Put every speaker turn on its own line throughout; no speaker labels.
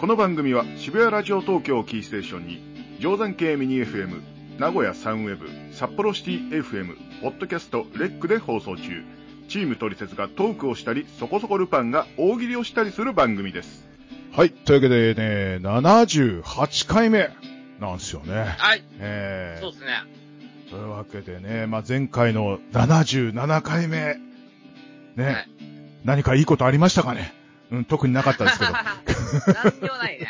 この番組は渋谷ラジオ東京をキーステーションに、定山系ミニ FM、名古屋サンウェブ、札幌シティ FM、ポッドキャスト、レックで放送中。チームトリセツがトークをしたり、そこそこルパンが大喜利をしたりする番組です。
はい。というわけでね、78回目なんですよね。
はい、
え
そう
ー
ですね。
というわけでね、まあ、前回の77回目、ね、
はい
何かいいことありましたかねうん、特になかったですけ
なんでもないね。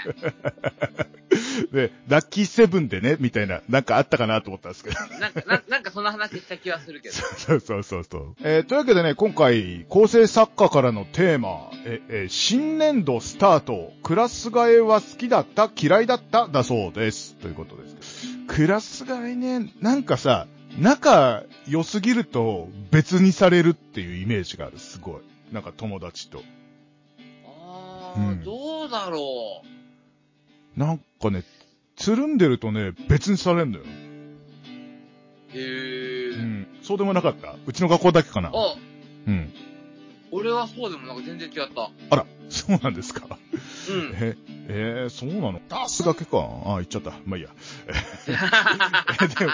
ど。で、ラッキーセブンでね、みたいな、なんかあったかなと思ったんですけど。
なんか、なんなんかその話した気はするけ ど。
そうそうそうそう。えーというわけでね、今回、構成作家からのテーマ、え、えー新年度スタート、クラス替えは好きだった嫌いだっただそうです。ということです。クラス替えね、なんかさ、仲良すぎると別にされるっていうイメージがある、すごい。なんか友達と。
あ
う
ー、
ん
どうだろう。
なんかね、つるんでるとね、別にされんのよ。
へえ。
うん。そうでもなかったうちの学校だけかな
あ、
うん。
俺はそうでもなんか全然違った。
あら、そうなんですか。
うん。
え、えーそうなの出すだけか。あ、言っちゃった。まあいいや。 でも、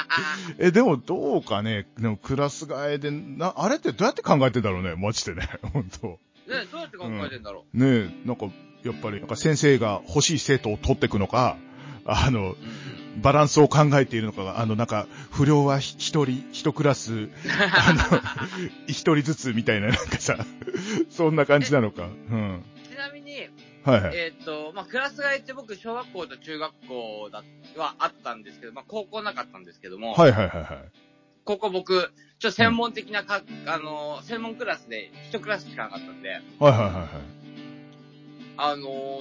え、でもどうかね、でもクラス替えで、な、あれってどうやって考えてんだろうね、マジでね、 本当
ね、どうやって考えてんだろ
ねえ、なんか、やっぱり、なんか先生が欲しい生徒を取っていくのか、あの、
う。うん
バランスを考えているのかが、あの、なんか、不良はひ一人、一クラ ス、あの、一人ずつみたいな、なんかさ、 そんな感じなのか。うん。
ちなみに、
はいはい。
えっ、と、まあ、クラス替えって僕、小学校と中学校だはあったんですけど、まあ、高校なかったんですけども、
はいはいはいはい。
ここ僕、ちょっと専門的なか、あのー、専門クラスで一クラスしかなかったんで、
はいはいは
あのー、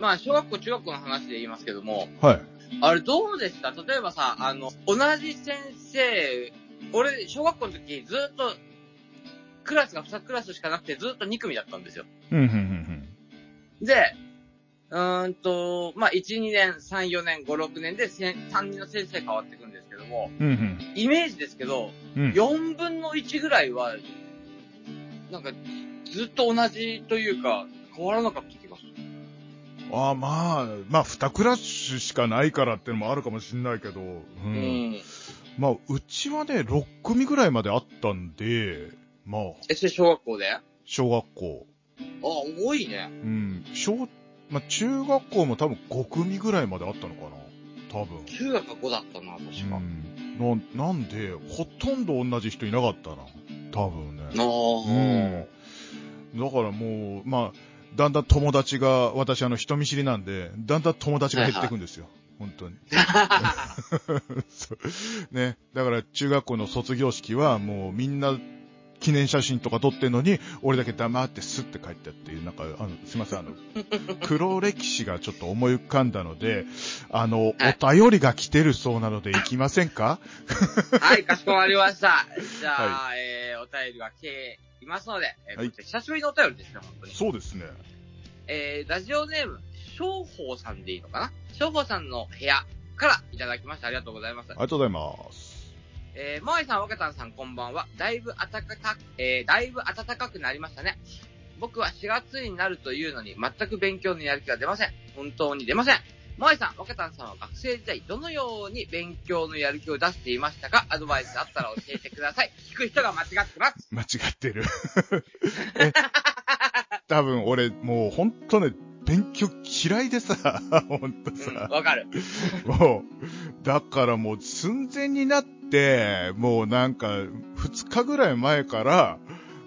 まあ、小学校、中学校の話で言いますけども、
いはい。はい。
あれどうでした例えばさ、あの、同じ先生、俺、小学校の時ずっと、クラスが2クラスしかなくてずっと2組だったんですよ。
うん、うん、うん、
で、うーんと、まあ、1、2年、3、4年、5、6年でせん担任の先生変わっていくんですけども、
うん。うん、
イメージですけど、
うん。 うん。
4分の1ぐらいは、なんか、ずっと同じというか、変わらなかった気がする。
ああ、まあ、まあ、二クラスしかないからってのもあるかもしんないけど、うん。
うん。
まあ、うちはね、6組ぐらいまであったんで、まあ、
え、それ小学校であ、
小学校、
多いね
う。ん、小、まあ、中学校も多分5組ぐらいまであったのかな。多分。
中学は5だったな、確か。
うん。な、なんで、ほとんど同じ人いなかったな。多分ね。
あ
うん。だからもう、まあ、だんだん友達が、私あの人見知りなんで、だんだん友達が減っていくんですよ。本当に。そう ね。だから中学校の卒業式はもうみんな記念写真とか撮ってんのに、俺だけ黙ってスッて帰ったっていう、なんか、あの、すいません、あの、黒歴史がちょっと思い浮かんだので、あの、お便りが来てるそうなので行きませんか
あ。 はい、かしこまりました。じゃあ、えー、お便りが来ていますので、えー
はい
こちら久しぶりのお便りですね、本当に。
そうですね。
えー、ラジオネーム、小宝さんでいいのかな小宝さんの部屋からいただきました。ありがとうございます
あり。がとうございます。
えー、まわいさん、若田さん、こんばんは。だいぶ暖かく、えー、だいぶ暖かくなりましたね。僕は4月になるというのに、全く勉強のやる気が出ません。本当に出ません。まわいさん、若田さんは学生時代、どのように勉強のやる気を出していましたかアドバイスあったら教えてください。聞く人が間違ってます。
間違ってる。え多分俺、もうほんとね、勉強嫌いでさ、 ほんと
うん、
さ、
わかる。
もう、 だからもう寸前になって、もうなんか、2日ぐらい前から、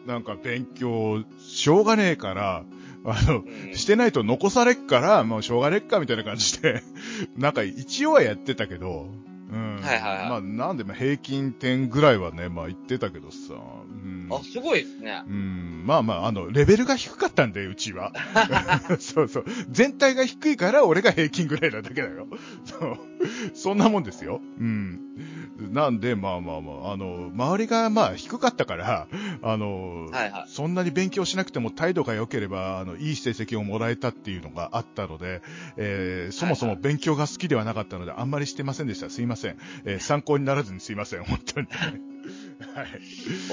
なんか勉強、しょうがねえから、あの
う、ん
してないと残されっから、もうしょうがねっかみたいな感じで、 なんか一応はやってたけど、うん。
はいはいはい
まあなんで、まあ平均点ぐらいはね、まあ言ってたけどさ、うん。
あ、すごいですね。
うん、まあまあ、あの、レベルが低かったんで、うちは。 そうそう。全体が低いから、俺が平均ぐらいなだけだよ。 そう。そんなもんですよ。うん。なんで、まあまあまあ、あの、周りがまあ低かったから、あの、
はいはい
そんなに勉強しなくても態度が良ければ、あの、いい成績をもらえたっていうのがあったので、えーそもそも勉強が好きではなかったので、あんまりしてませんでした。すいません。えー参考にならずに すいません。本当に。はい。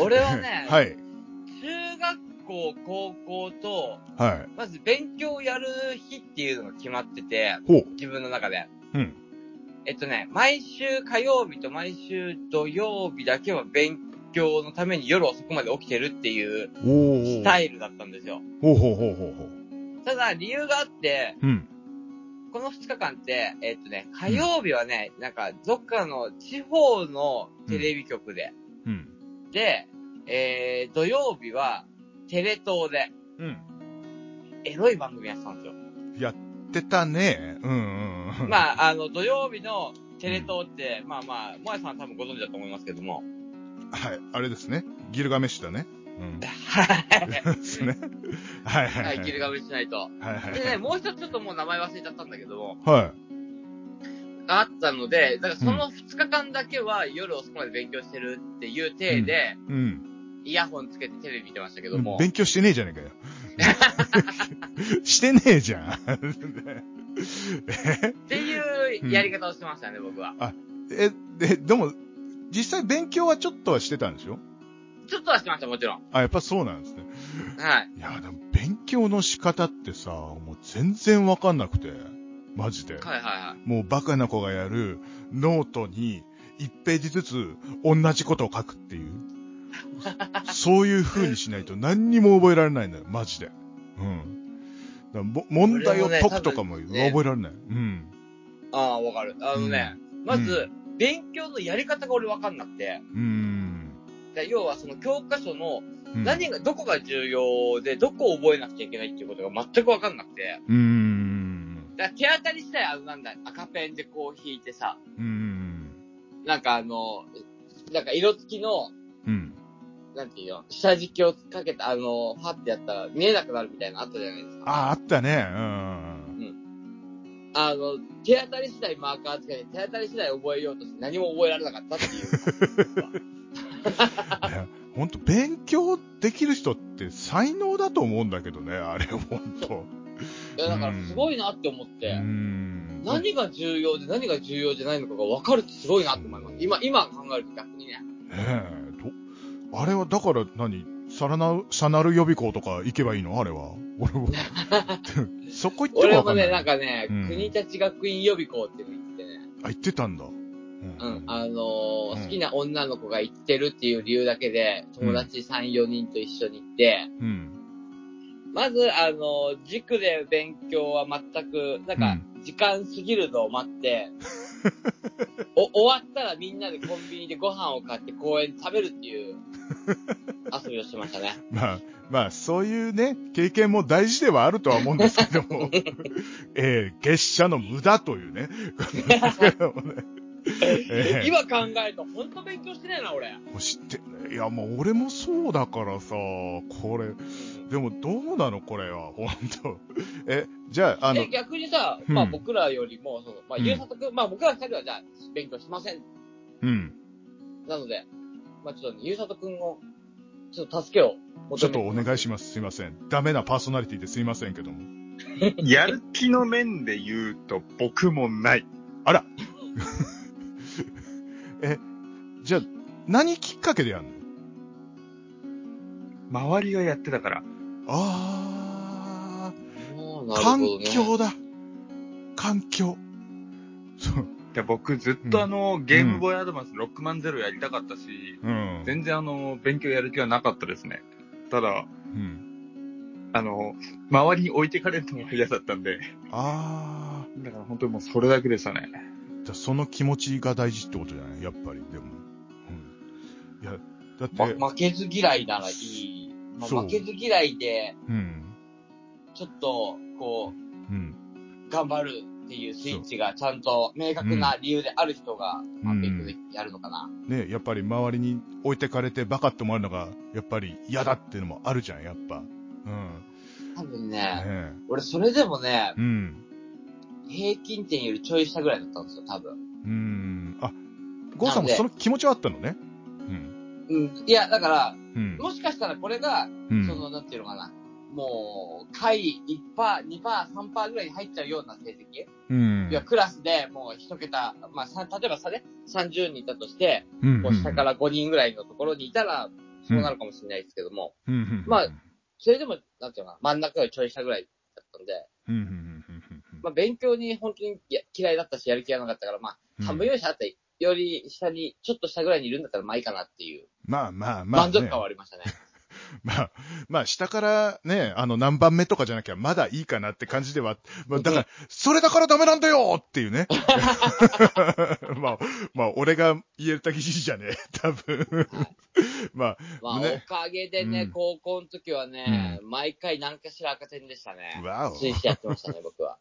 俺はね、
はい。
中学校、高校と、
はい。
まず勉強をやる日っていうのが決まってて、
ほう。
自分の中で。
うん。
えっとね、毎週火曜日と毎週土曜日だけは勉強のために夜遅くまで起きてるっていう
おーおー
スタイルだったんですよ。
ほうほうほうほうほう。
ただ、理由があって、
うん。
この2日間って、えっとね、火曜日はね、なんか、どっかの地方のテレビ局で、
うん。
で、えー、土曜日は、テレ東で、
うん。
エロい番組やってたんですよ。
ってたね。うんうんうん。あ。
まあ、あの、土曜日のテレ東って、まあまあ、もやさんは多分ご存知だと思いますけども。
はい。あれですね。ギルガメッシュだね。うん。
は。
ですね。はいはいい。
はい、ギルガ
メ
メッシュナイト。
ッシュ。はい
で
は
ね、
い。
もう一つちょっともう名前忘れちゃったんだけども、
は
あったので、だからその2日間だけは夜遅くまで勉強してるっていう体で、
い。うん。
イヤホンつけてテレビ見てましたけども。
勉強してねえじゃねえかよ。してねえじゃん。
っていうやり方をしてましたね、僕は。
え、で、でも、実際勉強はちょっとはしてたんでしょ
ちょっとはしてました、もちろん。
あ、やっぱそうなんですね。
はい。
いや、でも勉強の仕方ってさ、もう全然わかんなくて。マジで。
はいはいは
もうバカな子がやるノートに1ページずつ同じことを書くっていう。そういう風にしないと何にも覚えられないんだよ、マジで。うん。だからも問題を
俺もね
解くとかも
多
覚
分ね
えられない。うん。
い。ああ、わかる。あのね、まず、勉強のやり方が俺わかんなくて、
うん。
で要はその教科書の
うん
何が、どこが重要で、どこを覚えなくちゃいけないっていうことが全くわかんなくて、
うん。
だから手当たり次第、あのなんだ、赤ペンでこう引いてさ、
うん。
なんかあの、なんか色付きの、
うん。
なんていうの、下敷きをかけた、あの、パってやったら見えなくなるみたいなのあったじゃないですか。
ああ、あったね。うん。
あの、手当たり次第マーカーつけて、手当たり次第覚えようとして何も覚えられなかったって いう。
ほんと、勉強できる人って才能だと思うんだけどね、あれ、ほんと。
いや、だからすごいなって思っ
う
て、
ん。
何が重要で何が重要じゃないのかが分かるってすごいなって思います。今、今考えると逆にね。
ねえ、と、あれはだから何サラナ、サナル予備校とか行けばいいのあれは。 俺も。そこ行っても
俺
わ
も
かんない。
ね、なんかね、
うん
国立学院予備校っていうの行ってね、
あ、行ってたんだ。う
う
ん、
んあのー
うん
好きな女の子が行ってるっていう理由だけで、友達3、4人と一緒に行って、
うん。
まず、あのー塾で勉強は全く、なんか、時間過ぎるのを 待って、お、終わったらみんなでコンビニでご飯を買って公園で食べるって いう遊びをしてましたね。
まあ、まあ、そういうね、経験も大事ではあるとは思うんですけど も、えー、月謝の無駄というね。ええ
今考えると、ほんと勉強してないな、俺。
もう知って、いや、まあ、俺もそうだからさ、これ、でもどうなのこれは、本当え、じゃあ、あの
え、、逆にさ、
うん
まあ僕らよりも、その、まあ、
うん
ゆうさとくん、まあ僕ら二人はじゃあ、勉強しません。
うん。
なので、まあちょっとね、ゆうさとくんを、ちょっと助けを
ち
求
ょっと
めて
お願いします。すいません。ダメなパーソナリティですいませんけども。
やる気の面で言うと僕もない。
じゃあ、何きっかけでやるの
周りがやってたから。
あ
もう
ー、
なるほ
環
どね。
境だ。環境。そう。
で僕ずっ
うん
とあの、ゲームボーイアドバンス6万0やりたかったし、
うん。
全然あの、勉強やる気はなかったですね。ただ、
うん。
あの、周りに置いてかれるのが嫌だったんで、
あ
だから本当にもうそれだけでしたね。
ー、じゃあその気持ちが大事ってことじゃないやっぱり、でも。うん。いや、だって、
ま、負けず嫌いならいい。まあ、
そう
負けず嫌いで、
うん。
ちょっと、こ
うん。
う、頑張るっていうスイッチがちゃんと明確な理由である人が、まあ
うん
勉強でやるのかな。
ね、やっぱり周りに置いてかれてバカって思われるのが、やっぱり嫌だっていうのもあるじゃん、やっぱ。うん。
多分
ね
ね、
え
俺それでもね、
うん。
平均点よりちょい下ぐらいだったんですよ、多分。
うーん。あ、ゴンさんも
なんで
その気持ちはあったのね。うん。
うん。いや、だから、
うん。
もしかしたらこれが、
うん
その、なんていうのかな。もう、回1%、2%、3%ぐらいに入っちゃうような成績。
うん。
いや、クラスでもう一桁、まあ、さ例えばさね、30人いたとして、
うん、
こう下から5人ぐらいのところにいたら、そうなるかもしれないですけども、
うん、うん。
まあそれでも、なんていうのかな、真ん中よりちょい下ぐらいだったんで、
うんうんうんうんうんうん
まあ、勉強に本当にいや嫌いだったし、やる気がなかったから、ま
う
あ、
ん
半分より下だったら、より下に、ちょっと下ぐらいにいるんだったら、まあいいかなっていう、
まあまあまあ、
満
ね。
足感はありましたね。
まあ、まあ、下からね、あの、何番目とかじゃなきゃまだいいかなって感じでは、まあ、だから、それだからダメなんだよっていうね。 まあ、まあ、俺が言えた記事じゃねえ、多分。ま
まあ、
ね
おかげでね、
うん
高校の時はね、毎回何かしら赤点でしたね
あ、。わお。
推してやってましたね、僕は。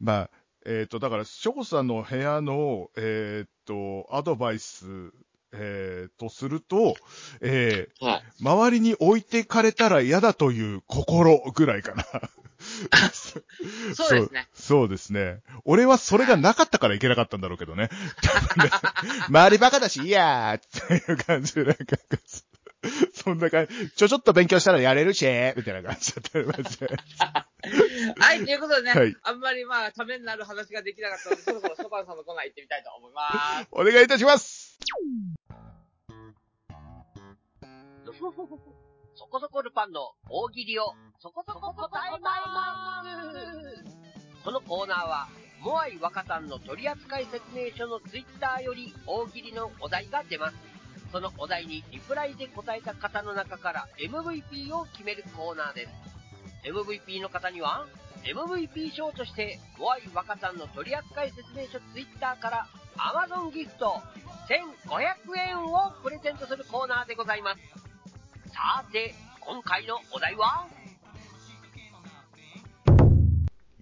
まあ、えっ、と、だから、翔さんの部屋の、えっ、と、アドバイス、えー、とすると、えー、
はい。
周りに置いてかれたら嫌だという心ぐらいかな。
そうですね。
そう。そうですね。俺はそれがなかったからいけなかったんだろうけどね。多分ね 周りバカだし、いやーっていう感じで、なんか、そんな感じ。ちょちょっと勉強したらやれるし、みたいな感じだったマ ジで。
はい、ということでね、
はい
あんまりまあ、ためになる話ができなかったので、そろそろソバンさんのコーナー行ってみたいと思います。
お願いいたします
そこそこルパンの大喜利をそこそこ答えますこのコーナーは、モアイ若さんの取扱説明書のツイッターより大喜利のお題が出ます。そのお題にリプライで答えた方の中から MVP を決めるコーナーです。MVP の方には、MVP 賞として、モアイ若さんの取扱説明書ツイッターから Amazon ギフト1500円をプレゼントするコーナーでございます。さて、今回のお題は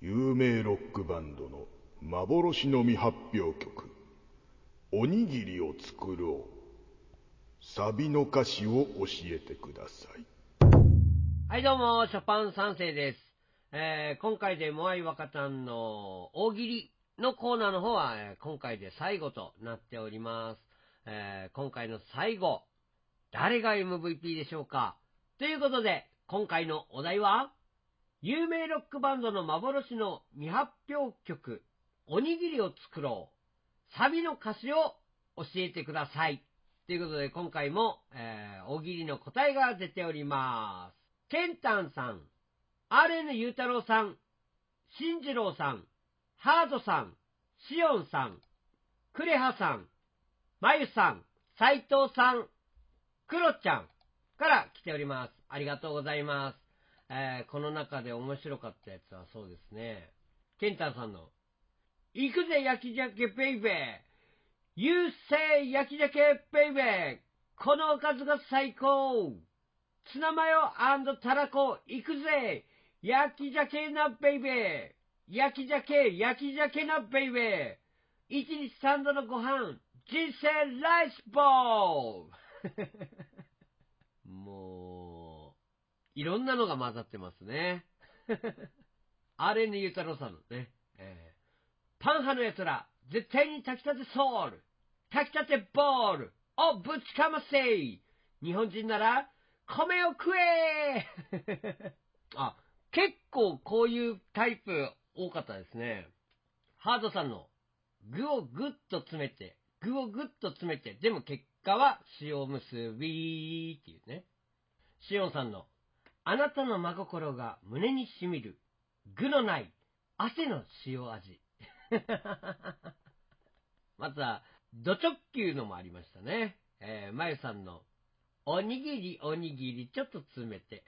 有名ロックバンドの幻の未発表曲「おにぎりを作ろう」サビの歌詞を教えてください
はい、どうも、ショパン三世です。えー、今回でモアイ若さんの大喜利のコーナーの方は、えー今回で最後となっております。えー、今回の最後、誰が MVP でしょうかということで、今回のお題は、有名ロックバンドの幻の未発表曲、おにぎりを作ろう。サビの歌詞を教えてください。ということで、今回も、えー、大喜利の答えが出ております。ケンタンさん、RN ゆうたろうさん、しんじろうさん、ハードさん、しおんさん、くれはさん、まゆさん、斎藤さん、クロちゃんから来ております。ありがとうございます。えーこの中で面白かったやつはそうですね。ケンタンさんの、行くぜ焼き鮭ベイベー優勢焼き鮭ベイベーこのおかずが最高ツナマヨたらこ、行くぜ焼き鮭なベイベー焼き鮭、焼き鮭なベイベー一日三度のご飯、人生ライスボー ルもう、いろんなのが混ざってます ね。RN ゆうたろうさんのね、えーパンハの奴ら、絶対に炊きたてソウル炊きたてボールをぶちかませ日本人なら、米を食え あ、結構こういうタイプ多かったですね。ハードさんの具をぐっと詰めて、具をぐっと詰めて、でも結果は塩結びっていうね。シオンさんのあなたの真心が胸にしみる具のない汗の塩味。 また、ド直球のもありましたね。えー、まゆさんのおにぎり、おにぎり、ちょっと詰めて。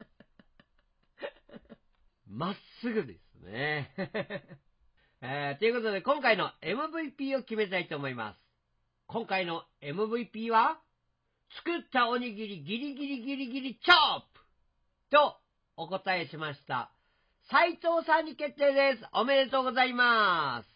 まっすぐですね。 えーということで、今回の MVP を決めたいと思います。今回の MVP は、作ったおにぎりギリギリギリギリチョップとお答えしました。斉藤さんに決定です。おめでとうございます。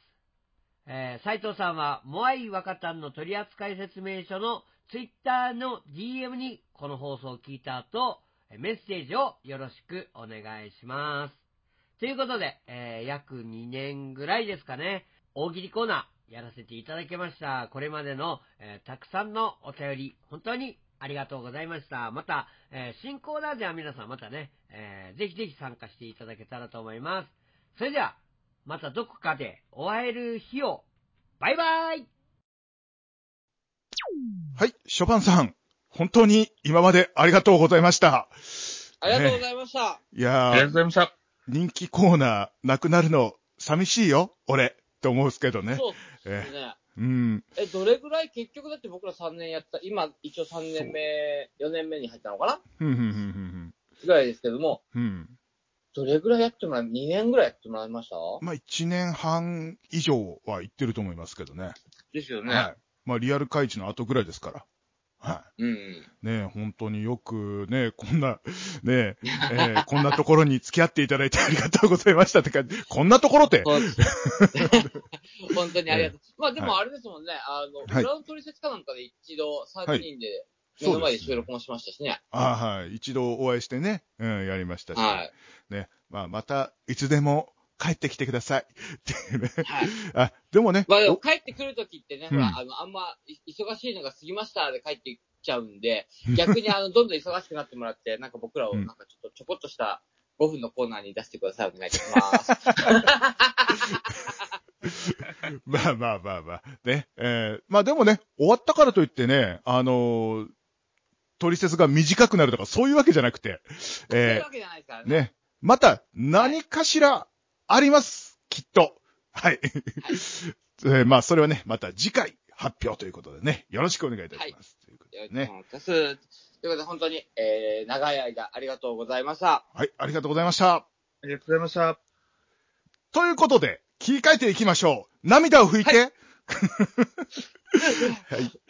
えー、斉藤さんは、モアイ若旦の取扱説明書のツイッターの DM にこの放送を聞いた後、えーメッセージをよろしくお願いします。ということで、えー約2年ぐらいですかね、大喜利コーナーやらせていただきました。これまでの、えーたくさんのお便り、本当にありがとうございました。また、えー新コーナーでは皆さんまたね、えーぜひぜひ参加していただけたらと思います。それでは、またどこかでお会える日を。バイバイ
はい、ショパンさん。本当に今までありがとうございました。
ありがとうございました。
いや
ありがとう
ー
ご、ざいました。
人気コーナーなくなるの寂しいよ、俺。って思うんですけどね。
そうですね。
うん。
え、どれぐらい結局だって僕ら3年やった、今一応3年目、4年目に入ったのかな
ふんふんふんふん
ぐらいですけども、
ふん。うん。
どれぐらいやってもらい、2年ぐらいやってもらいました
まあ、一年半以上は行ってると思いますけどね。
ですよ
はい。まあ、リアル開示の後ぐらいですから。はい。
うん。
ねえ、本当によくね、こんな、ねえ、えーこんなところに付き合っていただいてありがとうございましたって感じ。こんなところって。
そうです本当にありがとう。まあでもあれですもんね、あの、
はい
裏の取説かなんかで一度
は
3
い
人で目
そ
の
う
前
で、
です収録もしましたしね。
ああはい。一度お会いしてね、うん、やりましたし。
は
ね。まあ、また、いつでも帰ってきてください。っていうね。
い。はい。
あ、でもね。
まあで
お
も帰ってくるときってね、
うん
ほら、あの、あんまい忙しいのが過ぎましたで帰ってきちゃうん で、逆にあの、どんどん忙しくなってもらって、なんか僕らを
う
なんんかちょっとちょこっとした5分のコーナーに出してください。お願いいたします。
まあまあまあまあ。ね。えーまあでもね、終わったからといってね、あのー、トリセツが短くなるとか、そういうわけじゃなくて、
そう い
え
うわけじゃないですから
ー
ね。
ね。また、何かしら、あります。きっと。はい。 えーまあ、それはね、また次回発表ということでね、よろしくお願いいたします。ということ
よろ
で
しく
ね。
お願いします。ということで本当に、えー、長い間ありがとうございました。
はい、ありがとうございました。
ありがとうございました。
ということで、切り替えていきましょう。涙を拭いて。 は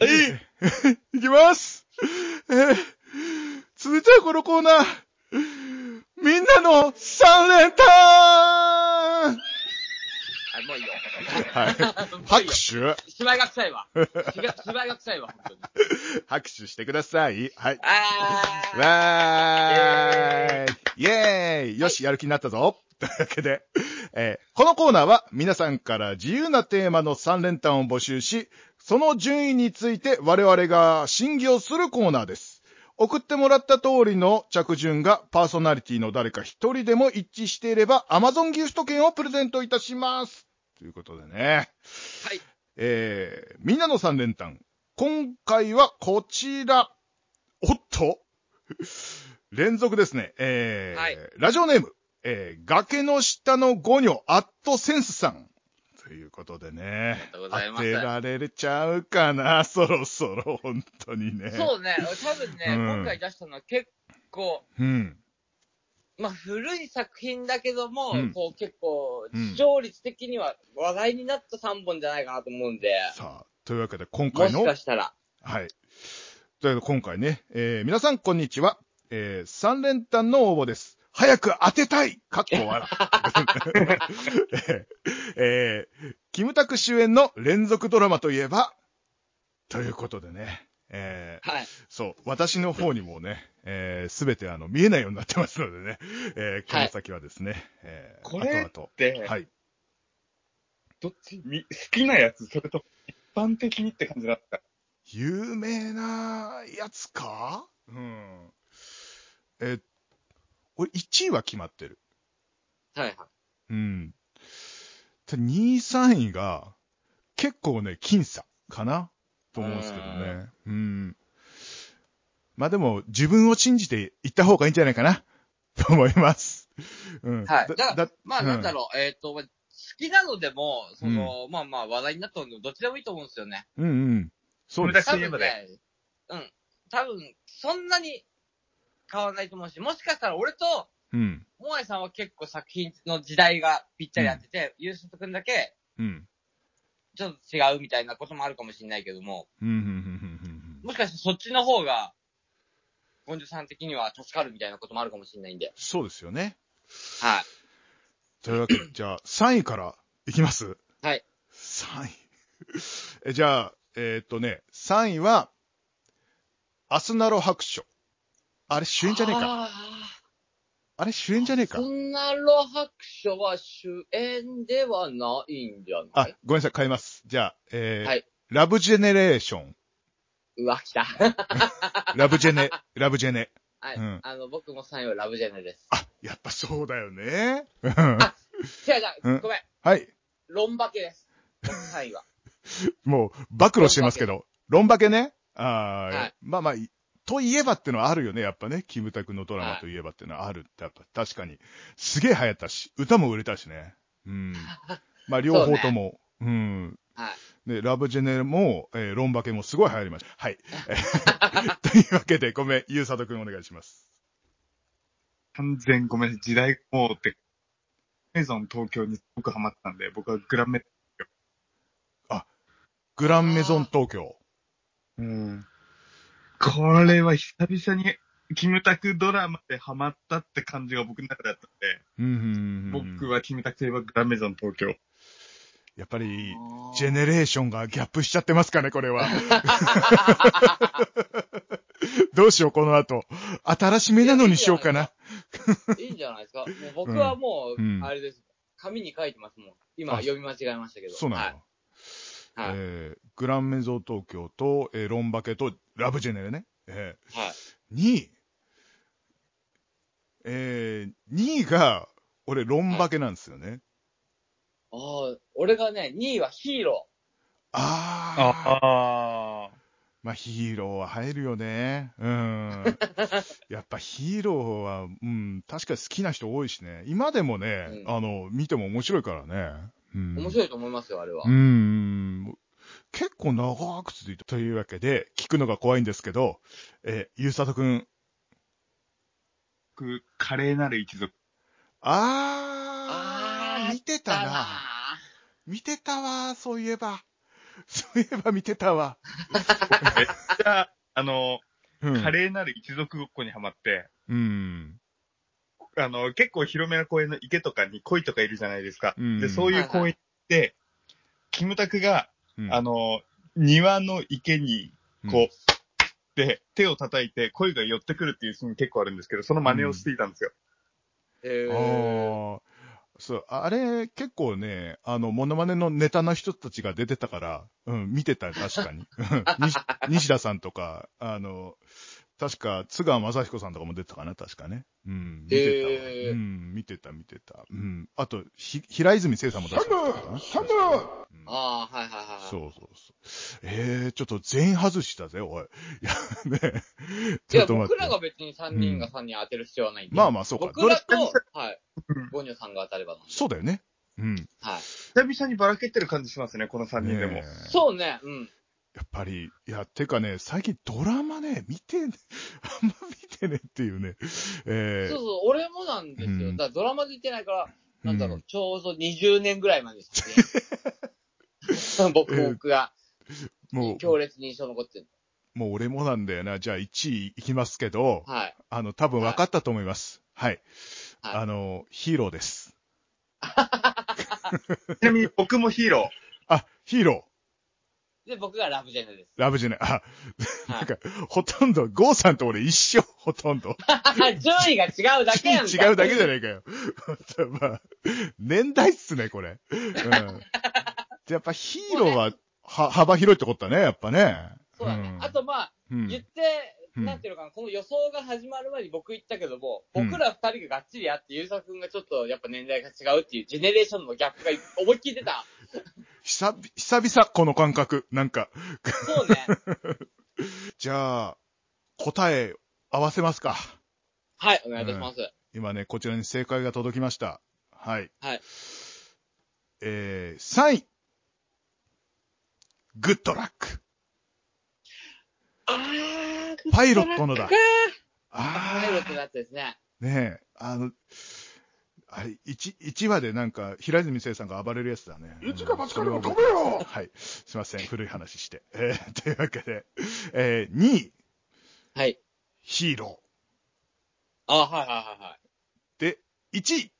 い。 いきます。えー続いてはこのコーナー。みんなの三連単
あもういいよ。
はい。
もうい
拍
いよ
手
芝居が臭いわ。芝芝居が臭いわ、本 当に。
拍手してください。はい。
あ
わーいイェーイよし、やる気になったぞ というわけで、えーこのコーナーは皆さんから自由なテーマの3連単を募集し、その順位について我々が審議をするコーナーです。送ってもらった通りの着順がパーソナリティの誰か一人でも一致していれば Amazon ギフト券をプレゼントいたします。ということでね。
はい。
えー、みんなの3連単。今回はこちら。おっと連続ですね。えー
はい
ラジオネーム、えー、崖の下のゴニョ、アットセンスさん。ということでね。
りがとうございます
当てられちゃうかな、そろそろ、本当にね。
ーそうね、多分ね、
うん
今回出したのは結構、
うん。
まあ古い作品だけども、
うん
こう結構
うん、
視聴率的には話題になった3本じゃないかなと思うんで、
さあ、というわけで今
も
回の
しかしたら。
はい。というわけで今回ね、えー皆さんこんにちは。えー三連単の応募です。早く当てたいかっこ笑 えーえーキムタク主演の連続ドラマといえば、ということでね、えー
はい。
そう、私の方にもね、えーすべてあの、見えないようになってますのでね、えーこの先はですね、えー
これ
後
で、
々、はい。
どっちみ好きなやつ、それと一般的にって感じだった。
有名なやつかうん。え、俺1位は決まってる。
はいはい。
うん。た2位、3位が結構ね、僅差かなと思うんですけどね。うん。まあでも、自分を信じていった方がいいんじゃないかなと思います。うん。
はいだ
だ
まあなんだろう、えっ、と、まあ好きなのでも、その、まあまあ話題になったのでもどっちでもいいと思うんですよね。
うんうん。そうです。
私
多
言えば
分ね、うん。多分、そんなに変わらないと思うし、もしかしたら俺と、
うん。
モアイさんは結構作品の時代がぴったり合ってて、ユースト君だけ
うん。
ちょっと違うみたいなこともあるかもしれないけども、
うん。うん。うんうん。
もしかしてそっちの方が、ゴンジュさん的には助かるみたいなこともあるかもしれないんで。
そうですよね。
はい。
というわけで、じゃあ、3位からいきます。
はい。
3位。えじゃあ、えーっとね、3位は、アスナロ白書。あれ主演じゃねえか。あ
あ
れ主演じゃねえ
ー。
か
そ。んなロ白書は主演ではないんじゃな
あ
い、
ごめんなさい、変えます。じゃあ、えー
はい
ラブジェネレーション。
うわ、 来た。
ラブジェネ、ラブジェネ。
はい。
うん
あの、僕も3位はラブジェネです。
あ、やっぱそうだよね。 うん
違う違
うん
う、ごめん。
はい。
ロンバケです。僕3位は。
もう、暴露してますけど。論化けね。あー
はい
まあまあ、いといえばってのはあるよね、やっぱね。キムタクのドラマといえばってのはあるって、やっぱ確かに。すげえ流行ったし、歌も売れたしね。うん。まあ、両方とも。うん。
はい。
で、ラブジェネも、えーロンバケもすごい流行りました。はい。 えーというわけで、ごめん、ゆうさとくんお願いします。
完全ごめんなさい、時代もうって、アメゾン東京にすごくハマったんで、僕はグラメ、
グランメゾン東京。
うん。これは久々に、キムタクドラマでハマったって感じが僕の中であった
うんうんうん
んで、
うん。
僕はキムタクといえばグラメゾン東京。
やっぱり、ジ
ジェ
ェネ
ネ
レーションがギャップしちゃってますかね、これは。 どうしよう、この後。新しめなのにしようかな。
いいんじゃないですか。もう僕はもう、
うん
あれです。紙に書いてますもん。今、
あ
読み間違えましたけど。
そうなの、
はい。はい。
えーグランメゾン東京と、えーロンバケとラブジェネレね。え
はい。
ー、2位。えー、2位が、俺、ロンバケなんですよね。
ああ、俺がね、2位はヒーロ
あー。
ああ。
まあ、ヒーローは入るよね。うん。 やっぱヒーローは、うん、確かに好きな人多いしね。今でもね、
うん
あの、見ても面白いからね。うん。
ー。面白いと思いますよ、あれは。
うん。結構長く続いた。というわけで、聞くのが怖いんですけど、えー、ゆうさとくん。
僕、華麗なる一族。
あー、
あー
見てた
だな
な。見てたわ、そういえば。そういえば見てたわ。
じゃあ、あの、
うん。
華麗なる一族ごっこにハマって、
うん。
あの、結構広めな公園の池とかに鯉とかいるじゃないですか。
うん
で、そういう公園って、キムタクが、
うん
あ、の、庭の池に、
うん
こう、で、手を叩いて鯉が寄ってくるっていうシーン結構あるんですけど、その真似をしていたんですよ。
へー
ああ。そう、あれ、結構ね、あの、モノマネのネタの人たちが出てたから、うん、見てた、確かに。 うん西西田さんとか、あの、確か、津川雅彦さんとかも出てたかな、確かね。うん、見てたわ。
へー
うん、見てた、見てた。うん。あと、ひ平泉聖さんも出てたかな。サム
ああ、はいはいはいはい。
そうそうそう。えー、ちょっと全員外しだぜ、おい。いや、ね、
い
ちょ
や、
っと待
僕
っ
ら
て。
が別に3人が3人当てる必要はないんで。
まあまあ、そうか。
僕らと、はい
うん。
ゴニョさんが当たればなんで。
そうだよね。うん。
はい。
久々にばらけてる感じしますね、この3人でも
ね。え
そうね、うん。
やっぱり、いや、てかね、最近ドラマね、見てね、 あんま見てねっていうね。えー
そうそう、俺もなんですよ。
うん
だからドラマで言ってないから、
う
なんんだろう、ちょうど20年ぐらい前です、 ね。僕、
えー
僕が
も
強烈に印象残ってる。
う、もう俺もなんだよな。じゃあ1位いきますけど、
はい。
あの、多分分かったと思います。はい。
はい
あの、ヒーローです。
ちなみに僕もヒーロ
あ、ヒーロ
で、僕がラブジェネです。
ー。ラブジェネ。あ、
は
なん
い
か、ほとんど、ゴーさんと俺一緒、ほとんど。
順位が違うだけやんか。
違うだけじゃないかよ。 まあ、年代っすね、これ。うん。 やっぱヒーローは、は、幅広いってことだね、やっぱね。
そうだね。
ん
あと、まあ、
うん
言って、
うん
なんていうのかな、この予想が始まる前に僕言ったけども、
うん
僕ら二人ががっちりやって、ゆうさくんがちょっとやっぱ年代が違うっていう、ジェネレーションのギャップが思いっきり出た。
久々、久々、この感覚。なんか。
そうね。
じゃあ、答え合わせますか。
はい、お願いいたします。
今ね、こちらに正解が届きました。はい。
はい。
えー、3位。グッドラック。
あー、
パイロットのだ
か。
あ
パイロット
ー
だったですね。
ねえ、あの、あれ、1、一話でなんか、平泉聖さんが暴れるやつだね。一か八かでも飛べよはい。すいません。古い話して。えー、というわけで、えー、2位、
はい。
ヒーロ
あー、はいはいはいはい。
ー。で、1位、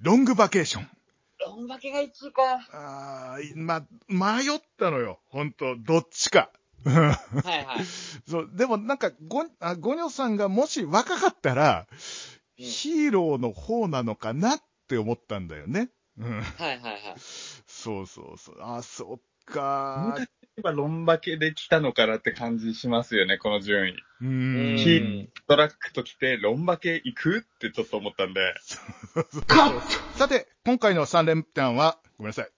ロングバケーション。
ロンバケが1位か。は
あーま、迷ったのよ。ほんと、どっちか。
いはい。
そう、でもなんか、ご、あ、ゴニョさんがもし若かったら、
うん
ヒーローの方なのかなって思ったんだよね。うん。
はいはいはい。
そうそうそう。あ、そっかー。
ー。今、ロンバケで来たのかなって感じしますよね、この順位。
うー
うん
ん。
ヒートラックと来て、ロンバケ行くってちょっと思ったんで。
さて、今回の3連単は、ごめんなさい。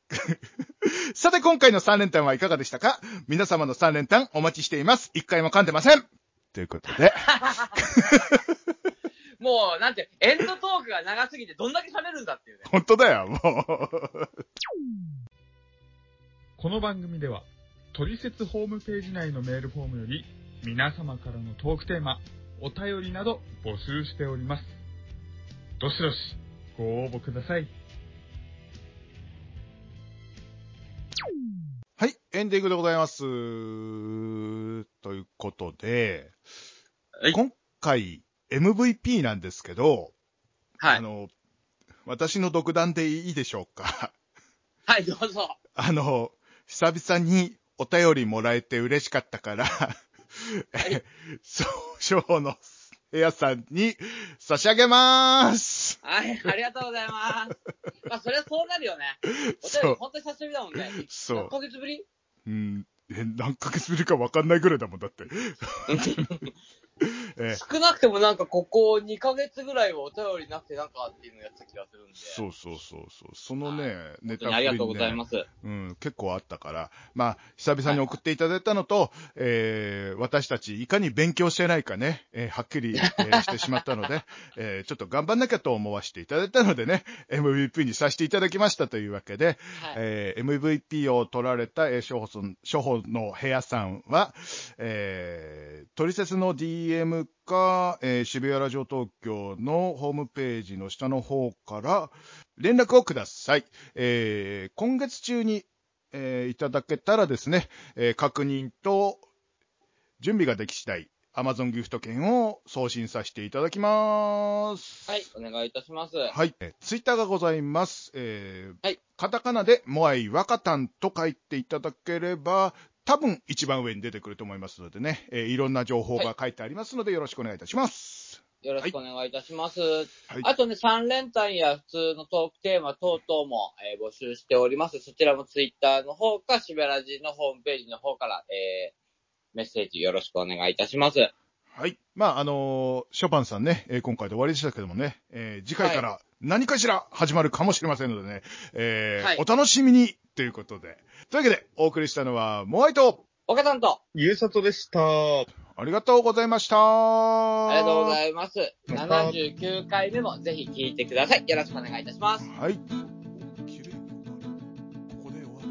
さて今回の3連単はいかがでしたか皆様の3連単お待ちしています。1回も噛んでませんということで。
もう、なんて、エンドトークが長すぎてどんだけ喋るんだっていうね。
本当だよ、もう。
この番組では、トリセツホームページ内のメールフォームより、皆様からのトークテーマ、お便りなど募集しております。どしどし、ご応募ください。
はい、エンディングでございます。ということで、
はい
今回 MVP なんですけど、
は
あ
い。
の、私の独断でいいでしょうか
はい、どうぞ。
あの、久々にお便りもらえて嬉しかったから、え 総称の部屋さんに差し上げまーす
はい、ありがとうございます。まあ、それはそうなるよね。お
そ
便り
う、
本当に久しぶりだもんね。
そう
1ヶ月ぶり
うん、え何ヶ月ぶりか分かんないぐらいだもん、だ って。 え
少なくてもなんかここ2ヶ月ぐらいはお便りなくてなんかっていうのやってた気がするんで。
そうそうそうそう。そのね、ネ
本当
タ。
にありがとうございますす。
うん、結構あったから、まあ、久々に送っていただいたのと、えー私たちいかに勉強してないかね、えーはっきり、えーしてしまったので、 えーちょっと頑張んなきゃと思わせていただいたのでね、MVP にさせていただきましたというわけで、
はい。
えー MVP を取られた、えー、処方さん処方の部屋さんは、えー、トリセツの DM か、えー渋谷ラジオ東京のホームページの下の方から連絡をください。えー今月中に、えーいただけたらですね、えー確認と準備ができ次第、Amazon ギフト券を送信させていただきます。
はい、お願いいたします。
はい。えーツイッターがございます。えー
はい
カタカナで、モアイワカタンと書いていただければ、多分一番上に出てくると思いますのでね、えーいろんな情報が書いてありますので、よろしくお願いいたします。
よろしくお願いいたします。
はい
あとね、3連単や普通のトークテーマ等々も、えー募集しております。そちらもツイッターの方か、しべらじのホームページの方から、えー、メッセージよろしくお願いいたします。
はい。まあ、あのーショパンさんね、えー今回で終わりでしたけどもね、えー次回から何かしら始まるかもしれませんのでね、えー
はい
お楽しみにということで。というわけで、お送りしたのは、モアイと、
岡さんと、
ゆうさとでした。
ありがとうございました。
ありがとうございます。
また
79回目もぜひ聞いてください。よろしくお願いいたします。
はい。綺麗に終わる。ここで終わる。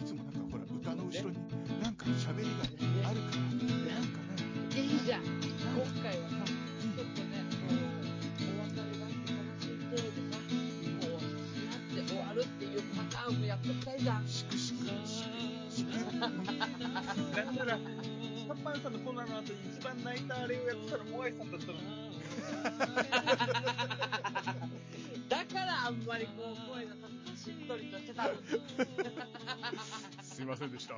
いつもなんかほら、歌の後ろに、なんか喋りがあるから、なんかね。
いいじゃん。今回はさ、ちょっとね、お別れがあって悲しい程度さ、こう、しなって終わるっていうパターンもやっときたいじゃん。
だから、シャンパンさんのコーナーの後に一番泣いたあれをやってたのモアイさんだったの。
だからあんまりこう声がさ、しっとりとしてたんだ
すいませんでした。